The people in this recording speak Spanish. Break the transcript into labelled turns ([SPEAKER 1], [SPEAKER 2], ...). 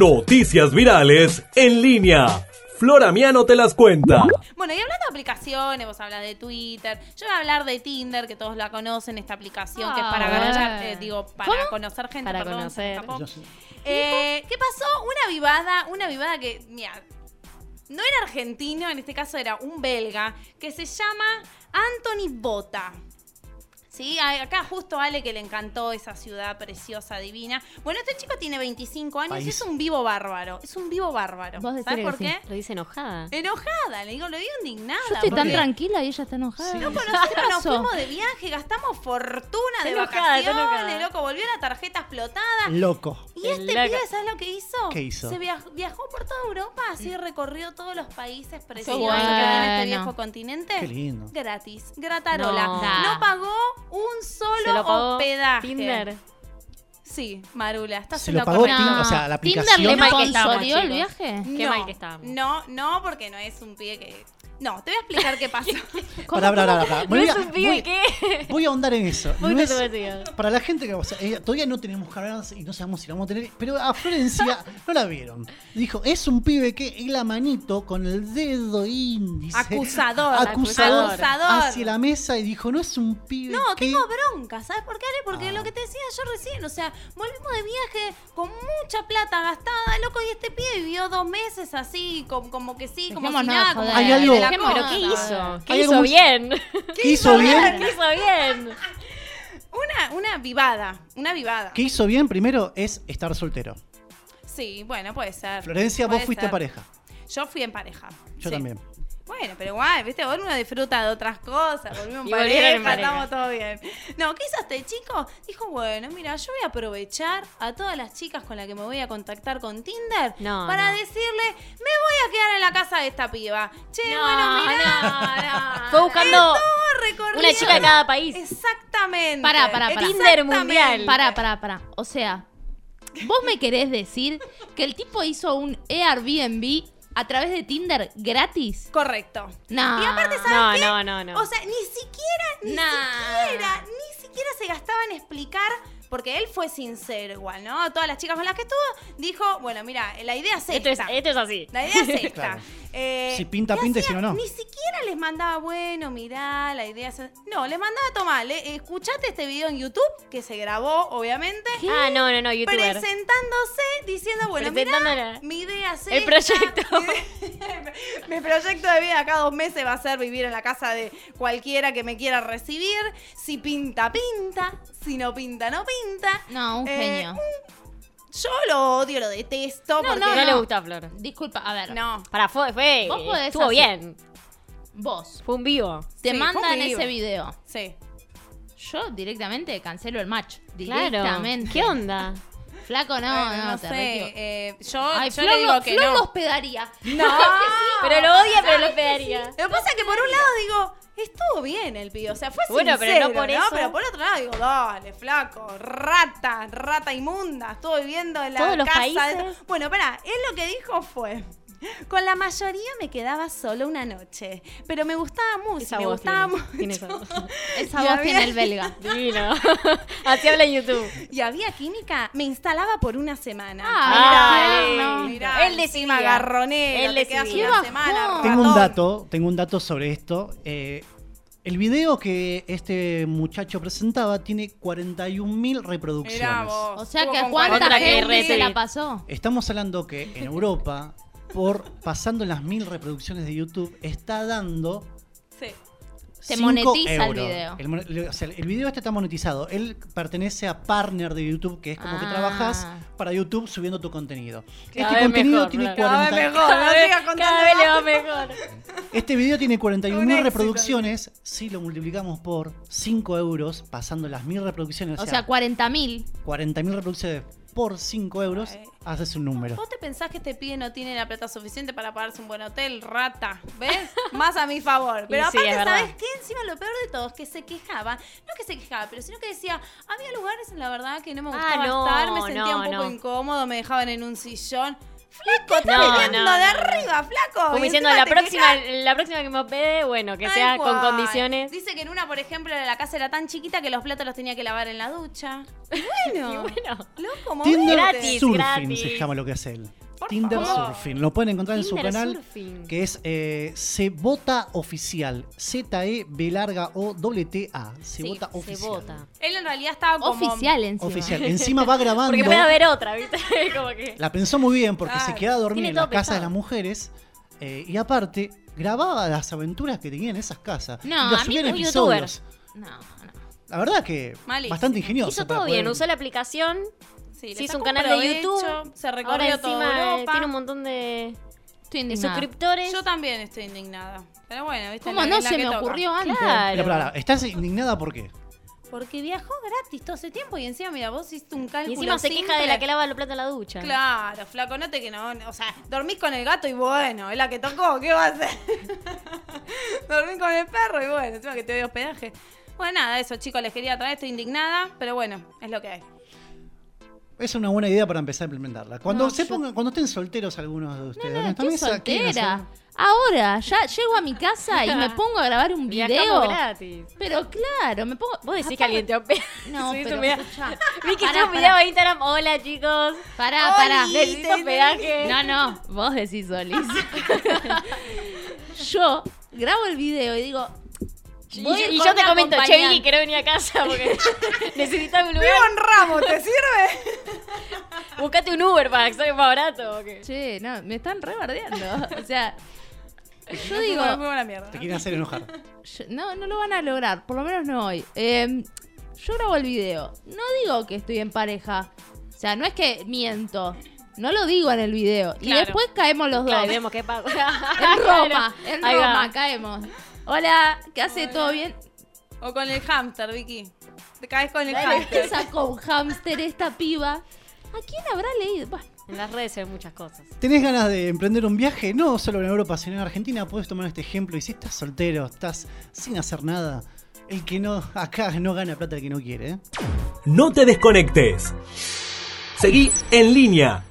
[SPEAKER 1] Noticias virales en línea. Floramiano te las cuenta.
[SPEAKER 2] Bueno, y hablando de aplicaciones, vos hablas de Twitter, yo voy a hablar de Tinder, que todos la conocen, esta aplicación que es para
[SPEAKER 3] Ah,
[SPEAKER 2] ganar,
[SPEAKER 3] bueno.
[SPEAKER 2] eh, digo, para
[SPEAKER 3] ¿Cómo?
[SPEAKER 2] conocer gente,
[SPEAKER 3] Para
[SPEAKER 2] perdón,
[SPEAKER 3] conocer.
[SPEAKER 2] tampoco. Eh, ¿Qué pasó? Una vivada, una vivada que, mira, no era argentino, en este caso era un belga, que se llama Anthony Bota. Sí, a- acá justo Ale que le encantó esa ciudad preciosa, divina. Bueno, este chico tiene 25 años y
[SPEAKER 4] País.
[SPEAKER 2] es un vivo bárbaro. Es un vivo bárbaro.
[SPEAKER 3] Vos decís
[SPEAKER 2] ¿Sabes
[SPEAKER 3] que
[SPEAKER 2] por
[SPEAKER 3] sí.
[SPEAKER 2] qué?
[SPEAKER 5] Lo dice enojada.
[SPEAKER 2] Enojada, le digo, lo digo indignada.
[SPEAKER 3] Yo estoy tan
[SPEAKER 2] porque-
[SPEAKER 3] tranquila y ella está enojada.
[SPEAKER 2] Loco,
[SPEAKER 3] ¿Qué
[SPEAKER 2] nosotros nos
[SPEAKER 3] pasó?
[SPEAKER 2] fuimos de viaje, gastamos fortuna de
[SPEAKER 3] Está enojada, está
[SPEAKER 2] vacaciones,
[SPEAKER 3] enojada.
[SPEAKER 2] loco, volvió la tarjeta explotada.
[SPEAKER 5] Mm,
[SPEAKER 4] Loco.
[SPEAKER 2] Y este
[SPEAKER 3] Loco.
[SPEAKER 2] pibe, ¿sabes lo que hizo?
[SPEAKER 4] ¿Qué hizo?
[SPEAKER 2] Se viaj- viajó por toda Europa, así
[SPEAKER 5] Mm.
[SPEAKER 2] recorrió todos los países preciosos
[SPEAKER 3] bueno.
[SPEAKER 2] que tiene este viejo continente.
[SPEAKER 4] Qué lindo.
[SPEAKER 2] Gratis, gratarola.
[SPEAKER 5] No.
[SPEAKER 2] No, pagó un
[SPEAKER 5] Se
[SPEAKER 2] solo
[SPEAKER 5] lo pagó
[SPEAKER 2] hospedaje.
[SPEAKER 5] Tinder.
[SPEAKER 2] Sí, Marula, estás
[SPEAKER 4] Se
[SPEAKER 2] en
[SPEAKER 4] lo
[SPEAKER 2] lo
[SPEAKER 4] pagó
[SPEAKER 2] correcto.
[SPEAKER 4] Tinder, o sea, la
[SPEAKER 3] Tinder
[SPEAKER 4] aplicación.
[SPEAKER 3] le
[SPEAKER 5] mal que estamos,
[SPEAKER 3] consolió el
[SPEAKER 5] chicos.
[SPEAKER 3] viaje.
[SPEAKER 5] Qué
[SPEAKER 2] No,
[SPEAKER 5] mal que estábamos.
[SPEAKER 2] No, no, porque no es un pibe que. No, te voy a explicar qué pasó.
[SPEAKER 4] Pará, pará, pará, pará. Voy a-
[SPEAKER 5] es un pibe
[SPEAKER 4] voy-
[SPEAKER 5] que-
[SPEAKER 4] Voy a ahondar en eso.
[SPEAKER 5] Muy
[SPEAKER 4] No es-
[SPEAKER 5] controvertido.
[SPEAKER 4] para la gente que o sea, eh, todavía no tenemos carreras y no sabemos si la vamos a tener, pero a Florencia no la vieron. Dijo, es un pibe que y la manito con el dedo índice.
[SPEAKER 2] Acusador.
[SPEAKER 4] Acusador.
[SPEAKER 2] Acusador.
[SPEAKER 4] Hacia la mesa y dijo, no es un pibe
[SPEAKER 2] No,
[SPEAKER 4] que...
[SPEAKER 2] tengo bronca, ¿sabes por qué, Ale? Porque
[SPEAKER 4] Ah.
[SPEAKER 2] lo que te decía yo recién, o sea, volvimos de viaje con mucha plata gastada, loco, y este pibe vivió dos meses así, com- como, que sí, como si
[SPEAKER 3] Dejémonos
[SPEAKER 2] nada,
[SPEAKER 3] de
[SPEAKER 2] como
[SPEAKER 3] joder.
[SPEAKER 2] que
[SPEAKER 4] Hay
[SPEAKER 2] de
[SPEAKER 4] algo-
[SPEAKER 2] la cosa.
[SPEAKER 5] Dejemos- ¿Pero qué hizo? ¿Qué
[SPEAKER 4] Hay algo
[SPEAKER 5] hizo
[SPEAKER 4] muy-
[SPEAKER 5] bien?
[SPEAKER 4] ¿Qué hizo bien?
[SPEAKER 5] ¿Qué hizo bien?
[SPEAKER 2] Una, una vivada, una vivada.
[SPEAKER 4] ¿Qué hizo bien primero es estar soltero.
[SPEAKER 2] Sí, bueno, puede ser.
[SPEAKER 4] Florencia,
[SPEAKER 2] Puede
[SPEAKER 4] vos fuiste
[SPEAKER 2] ser.
[SPEAKER 4] pareja.
[SPEAKER 2] Yo fui en pareja.
[SPEAKER 4] Yo
[SPEAKER 2] sí.
[SPEAKER 4] también.
[SPEAKER 2] Bueno, pero guay, viste, ahora uno disfruta de otras cosas, volvimos en
[SPEAKER 5] Y
[SPEAKER 2] pareja,
[SPEAKER 5] volvieron en pareja.
[SPEAKER 2] estamos todo bien. No, ¿qué hizo este chico? Dijo, bueno, mira, yo voy a aprovechar a todas las chicas con las que me voy a contactar con Tinder
[SPEAKER 5] No,
[SPEAKER 2] para
[SPEAKER 5] no.
[SPEAKER 2] decirle, me voy a quedar en la casa de esta piba. Che,
[SPEAKER 5] No,
[SPEAKER 2] bueno, mirá.
[SPEAKER 5] no, no. Fue buscando
[SPEAKER 2] Estuvo recorriendo-
[SPEAKER 5] una chica de cada país.
[SPEAKER 2] Exactamente.
[SPEAKER 3] Pará, pará, pará.
[SPEAKER 2] exactamente.
[SPEAKER 5] Tinder mundial.
[SPEAKER 3] Pará, pará, pará. O sea, vos me querés decir que el tipo hizo un Airbnb a través de Tinder gratis.
[SPEAKER 2] Correcto.
[SPEAKER 3] No.
[SPEAKER 2] Y aparte, ¿sabes
[SPEAKER 5] No,
[SPEAKER 2] qué?
[SPEAKER 5] no, no, no.
[SPEAKER 2] O sea, ni siquiera, ni
[SPEAKER 3] Nah.
[SPEAKER 2] siquiera, ni siquiera se gastaba en explicar, porque él fue sincero igual, ¿no? Todas las chicas con las que estuvo, dijo, bueno, mira, la idea es
[SPEAKER 5] esto, es,
[SPEAKER 2] esta.
[SPEAKER 5] esto es así.
[SPEAKER 2] La idea es esta.
[SPEAKER 4] Claro.
[SPEAKER 2] Eh,
[SPEAKER 4] Si pinta,
[SPEAKER 2] ¿qué
[SPEAKER 4] pinta, y si no, no.
[SPEAKER 2] Ni siquiera les mandaba, bueno, mirá, la idea es... No, les mandaba, tomar, escuchate este video en YouTube, que se grabó, obviamente.
[SPEAKER 5] Ah, no, no, no, youtuber.
[SPEAKER 2] Presentándose, diciendo, bueno, mirá,
[SPEAKER 5] Presentándola.
[SPEAKER 2] mi idea es
[SPEAKER 5] El
[SPEAKER 2] esta,
[SPEAKER 5] proyecto.
[SPEAKER 2] mi idea- mi proyecto de vida acá dos meses va a ser vivir en la casa de cualquiera que me quiera recibir. Si pinta, pinta. Si no pinta, no pinta.
[SPEAKER 3] No, un
[SPEAKER 2] Eh,
[SPEAKER 3] genio.
[SPEAKER 2] Yo lo odio, lo detesto.
[SPEAKER 3] No,
[SPEAKER 2] porque...
[SPEAKER 5] No,
[SPEAKER 3] no.
[SPEAKER 5] le gusta a Flor.
[SPEAKER 3] Disculpa, a ver.
[SPEAKER 2] No.
[SPEAKER 5] Para, fue, fue.
[SPEAKER 3] Vos podés
[SPEAKER 5] Estuvo
[SPEAKER 3] así.
[SPEAKER 5] bien.
[SPEAKER 3] Vos
[SPEAKER 5] Fue un vivo.
[SPEAKER 3] te
[SPEAKER 2] Sí, fue
[SPEAKER 3] mandan
[SPEAKER 2] un vivo.
[SPEAKER 3] ese video.
[SPEAKER 2] Sí.
[SPEAKER 3] Yo directamente cancelo el match.
[SPEAKER 5] Claro.
[SPEAKER 3] Directamente.
[SPEAKER 5] ¿Qué onda?
[SPEAKER 3] Flaco, no,
[SPEAKER 2] Bueno,
[SPEAKER 3] no,
[SPEAKER 2] no
[SPEAKER 3] te
[SPEAKER 2] sé.
[SPEAKER 3] re equivo-
[SPEAKER 2] eh, yo
[SPEAKER 3] Ay,
[SPEAKER 2] yo
[SPEAKER 3] Flor
[SPEAKER 2] le digo
[SPEAKER 3] lo-
[SPEAKER 2] que
[SPEAKER 3] Flor
[SPEAKER 2] no.
[SPEAKER 3] lo hospedaría.
[SPEAKER 2] No.
[SPEAKER 5] Pero lo odia, pero lo hospedaría.
[SPEAKER 2] Lo que pasa es que por un lado digo, estuvo bien el pibe, o sea, fue
[SPEAKER 5] Bueno, pero
[SPEAKER 2] sincero,
[SPEAKER 5] no por eso.
[SPEAKER 2] Pero por otro lado digo, dale, flaco, rata, rata inmunda, estuvo viviendo en la
[SPEAKER 5] Todos los
[SPEAKER 2] casa.
[SPEAKER 5] países.
[SPEAKER 2] de- Bueno, pará, él lo que dijo fue... Con la mayoría me quedaba solo una noche, pero me gustaba mucho,
[SPEAKER 5] Esa
[SPEAKER 2] me
[SPEAKER 5] voz
[SPEAKER 2] gustaba
[SPEAKER 5] tiene,
[SPEAKER 2] mucho.
[SPEAKER 5] tiene esa voz.
[SPEAKER 3] Esa
[SPEAKER 2] Y
[SPEAKER 3] voz
[SPEAKER 2] había-
[SPEAKER 3] tiene el belga.
[SPEAKER 5] Divino. Así habla en YouTube.
[SPEAKER 2] Y había química, me instalaba por una semana.
[SPEAKER 3] Ah,
[SPEAKER 5] Ay,
[SPEAKER 3] no.
[SPEAKER 2] Mirá,
[SPEAKER 5] Él
[SPEAKER 2] encima
[SPEAKER 5] decidía.
[SPEAKER 2] garronero,
[SPEAKER 5] Él
[SPEAKER 2] te quedas
[SPEAKER 5] decidía.
[SPEAKER 2] una
[SPEAKER 3] Qué
[SPEAKER 2] semana.
[SPEAKER 3] bajón.
[SPEAKER 4] Tengo un
[SPEAKER 2] ratón.
[SPEAKER 4] dato, tengo un dato sobre esto. Eh, el video que este muchacho presentaba tiene 41.000 reproducciones.
[SPEAKER 2] Mirá vos.
[SPEAKER 3] O sea
[SPEAKER 2] Estuvo
[SPEAKER 3] que
[SPEAKER 2] con
[SPEAKER 3] cuánta
[SPEAKER 5] Otra que
[SPEAKER 3] gente se
[SPEAKER 5] retweet.
[SPEAKER 3] la pasó.
[SPEAKER 4] Estamos hablando que en Europa, por pasando las mil reproducciones de YouTube, está dando.
[SPEAKER 2] Sí.
[SPEAKER 3] Se
[SPEAKER 4] cinco
[SPEAKER 3] monetiza el
[SPEAKER 4] euros.
[SPEAKER 3] video.
[SPEAKER 4] El, mon- le- o sea, el video este está monetizado. Él pertenece a Partner de YouTube, que es como que
[SPEAKER 3] Ah.
[SPEAKER 4] trabajás para YouTube subiendo tu contenido.
[SPEAKER 5] Cada
[SPEAKER 4] este
[SPEAKER 5] vez
[SPEAKER 4] contenido
[SPEAKER 5] mejor,
[SPEAKER 4] tiene
[SPEAKER 5] claro.
[SPEAKER 2] Cada
[SPEAKER 4] 40
[SPEAKER 2] vez mejor, Oh, no
[SPEAKER 5] vez-
[SPEAKER 2] sigas contando Oh,
[SPEAKER 5] cada vez le va
[SPEAKER 2] más.
[SPEAKER 5] mejor.
[SPEAKER 4] Este video tiene
[SPEAKER 2] Un
[SPEAKER 4] 41.000
[SPEAKER 2] éxito.
[SPEAKER 4] reproducciones. Si lo multiplicamos por 5 euros, pasando las 1000 reproducciones, o,
[SPEAKER 3] O
[SPEAKER 4] sea,
[SPEAKER 3] sea, 40.000.
[SPEAKER 4] 40.000 reproducciones por 5 euros,
[SPEAKER 2] Ay.
[SPEAKER 4] haces un número.
[SPEAKER 2] ¿Vos te pensás que este pibe no tiene la plata suficiente para pagarse un buen hotel? Rata, ¿ves? Más a mi favor. Pero
[SPEAKER 5] Y sí,
[SPEAKER 2] aparte,
[SPEAKER 5] es verdad.
[SPEAKER 2] ¿sabes qué? Encima lo peor de todo es que se quejaba. No que se quejaba, pero sino que decía, había lugares, la verdad, que no me
[SPEAKER 5] Ah,
[SPEAKER 2] gustaba
[SPEAKER 5] no,
[SPEAKER 2] estar, me sentía un
[SPEAKER 5] no,
[SPEAKER 2] poco
[SPEAKER 5] no.
[SPEAKER 2] incómodo, me dejaban en un sillón. Flaco, está
[SPEAKER 5] No,
[SPEAKER 2] viniendo
[SPEAKER 5] no,
[SPEAKER 2] de
[SPEAKER 5] no, no.
[SPEAKER 2] arriba, flaco.
[SPEAKER 5] Como
[SPEAKER 2] Y
[SPEAKER 5] diciendo,
[SPEAKER 2] encima
[SPEAKER 5] la
[SPEAKER 2] te
[SPEAKER 5] próxima,
[SPEAKER 2] quejas.
[SPEAKER 5] la próxima que me opere, bueno, que
[SPEAKER 2] Tal
[SPEAKER 5] sea con
[SPEAKER 2] cual.
[SPEAKER 5] condiciones.
[SPEAKER 2] Dice que en una, por ejemplo, la casa era tan chiquita que los platos los tenía que lavar en la ducha. Y bueno,
[SPEAKER 5] Y bueno.
[SPEAKER 2] loco,
[SPEAKER 4] Tinder
[SPEAKER 2] movete.
[SPEAKER 5] Gratis,
[SPEAKER 4] Surfing
[SPEAKER 5] gratis.
[SPEAKER 4] se llama lo que hace él.
[SPEAKER 2] Por
[SPEAKER 4] Tinder
[SPEAKER 2] favor.
[SPEAKER 4] Surfing. Lo pueden encontrar en su
[SPEAKER 5] Tinder
[SPEAKER 4] canal
[SPEAKER 5] surfing.
[SPEAKER 4] que es eh, Se Vota Oficial. Z-E B larga O W T A. Se
[SPEAKER 5] Sí,
[SPEAKER 4] Vota Oficial.
[SPEAKER 5] Se vota.
[SPEAKER 2] Él en realidad estaba como...
[SPEAKER 3] Oficial encima.
[SPEAKER 4] Oficial. Encima va grabando.
[SPEAKER 5] Porque puede haber otra, ¿viste? Como que.
[SPEAKER 4] La pensó muy bien porque se
[SPEAKER 2] Claro.
[SPEAKER 4] quedaba dormida
[SPEAKER 5] Tiene
[SPEAKER 4] en la
[SPEAKER 5] todo
[SPEAKER 4] casa de
[SPEAKER 5] pensado.
[SPEAKER 4] las mujeres. eh, y aparte, grababa las aventuras que tenía en esas casas.
[SPEAKER 3] No,
[SPEAKER 4] y las
[SPEAKER 3] a mí
[SPEAKER 4] subía en
[SPEAKER 5] un
[SPEAKER 4] episodios.
[SPEAKER 3] No, no.
[SPEAKER 4] La verdad que
[SPEAKER 2] Malísimo.
[SPEAKER 4] bastante ingenioso.
[SPEAKER 5] Hizo
[SPEAKER 4] para
[SPEAKER 5] todo bien,
[SPEAKER 4] poder-
[SPEAKER 5] usó la aplicación.
[SPEAKER 2] Sí, le
[SPEAKER 5] Se hizo
[SPEAKER 2] sacó
[SPEAKER 5] un canal de
[SPEAKER 2] provecho,
[SPEAKER 5] YouTube.
[SPEAKER 2] Se
[SPEAKER 5] Ahora
[SPEAKER 2] recorrió toda
[SPEAKER 5] encima eh,
[SPEAKER 2] Europa.
[SPEAKER 5] tiene un montón de,
[SPEAKER 3] Estoy
[SPEAKER 5] de
[SPEAKER 3] indignada.
[SPEAKER 5] suscriptores.
[SPEAKER 2] Yo también estoy indignada. Pero bueno, ¿viste?
[SPEAKER 3] ¿Cómo
[SPEAKER 2] La-
[SPEAKER 3] no
[SPEAKER 2] la que
[SPEAKER 3] se me
[SPEAKER 2] toca.
[SPEAKER 3] ocurrió antes?
[SPEAKER 5] Claro.
[SPEAKER 4] Pero pará, ¿estás indignada por qué?
[SPEAKER 2] Porque viajó gratis todo ese tiempo y encima, mira, vos hiciste un
[SPEAKER 5] Y
[SPEAKER 2] cálculo.
[SPEAKER 5] encima se queja de
[SPEAKER 2] simple.
[SPEAKER 5] la que lava los platos en la ducha.
[SPEAKER 2] Claro, flaco, no te que no. O sea, dormís con el gato y bueno, es la que tocó, ¿qué va a hacer? dormís con el perro y bueno, encima que te doy hospedaje. Bueno, nada, eso, chicos, les quería traer, estoy indignada, pero bueno, es lo que hay.
[SPEAKER 4] Es una buena idea para empezar a implementarla. Cuando
[SPEAKER 3] No,
[SPEAKER 4] se
[SPEAKER 3] yo-
[SPEAKER 4] pongan, cuando estén solteros algunos de ustedes, en
[SPEAKER 3] No,
[SPEAKER 4] esta
[SPEAKER 3] estoy
[SPEAKER 4] mesa, ¿quieren
[SPEAKER 3] soltera.
[SPEAKER 4] hacer-
[SPEAKER 3] Ahora, ya llego a mi casa y me pongo a grabar un
[SPEAKER 5] Viajamos
[SPEAKER 3] video.
[SPEAKER 5] gratis.
[SPEAKER 3] Pero claro, me pongo. Vos
[SPEAKER 5] Decís
[SPEAKER 3] decís
[SPEAKER 5] que alguien te opera.
[SPEAKER 3] No,
[SPEAKER 5] Subiste
[SPEAKER 3] pero.
[SPEAKER 5] un video.
[SPEAKER 3] escuchá.
[SPEAKER 5] Vi que
[SPEAKER 3] Pará,
[SPEAKER 5] yo un
[SPEAKER 3] pará.
[SPEAKER 5] video a Instagram. Hola, chicos.
[SPEAKER 3] Pará, pará.
[SPEAKER 2] Oli,
[SPEAKER 5] Necesito
[SPEAKER 2] te-
[SPEAKER 5] hospedaje.
[SPEAKER 3] No, no, vos decís Olis. Yo grabo el video y digo.
[SPEAKER 5] Y,
[SPEAKER 3] voy a ir
[SPEAKER 5] y
[SPEAKER 3] con
[SPEAKER 5] yo
[SPEAKER 3] una
[SPEAKER 5] te comento, che,
[SPEAKER 3] acompañante.
[SPEAKER 5] Vicky, quiero venir a casa porque necesitas un
[SPEAKER 2] Vivo
[SPEAKER 5] lugar.
[SPEAKER 2] en Ramos, ¿te sirve?
[SPEAKER 5] Buscate un Uber para que salga más barato. ¿o qué?
[SPEAKER 3] Che, no, me están rebardeando. O sea, yo digo,
[SPEAKER 2] Me pongo la mierda.
[SPEAKER 4] Te quieren hacer enojar.
[SPEAKER 3] yo- no, no lo van a lograr, por lo menos no hoy. Eh, yo grabo el video, no digo que estoy en pareja. O sea, no es que miento, no lo digo en el video. Y
[SPEAKER 5] Claro.
[SPEAKER 3] después caemos los
[SPEAKER 5] Claro, y
[SPEAKER 3] dos.
[SPEAKER 5] vemos qué pago.
[SPEAKER 3] En Roma, en
[SPEAKER 5] Ahí va.
[SPEAKER 3] Roma caemos. Hola, ¿qué hace?
[SPEAKER 2] Hola.
[SPEAKER 3] ¿Todo bien?
[SPEAKER 2] O con el hámster, Vicky. Te caes con el
[SPEAKER 3] Dale, ¿qué
[SPEAKER 2] hámster.
[SPEAKER 3] sacó un hámster esta piba? ¿A quién habrá leído? Bueno,
[SPEAKER 5] En las redes se ven muchas cosas.
[SPEAKER 4] ¿Tenés ganas de emprender un viaje? No solo en Europa, sino en Argentina. Puedes tomar este ejemplo. Y si estás soltero, estás sin hacer nada. El que no, acá no gana plata el que no quiere. ¿eh?
[SPEAKER 1] No te desconectes. Seguí en línea,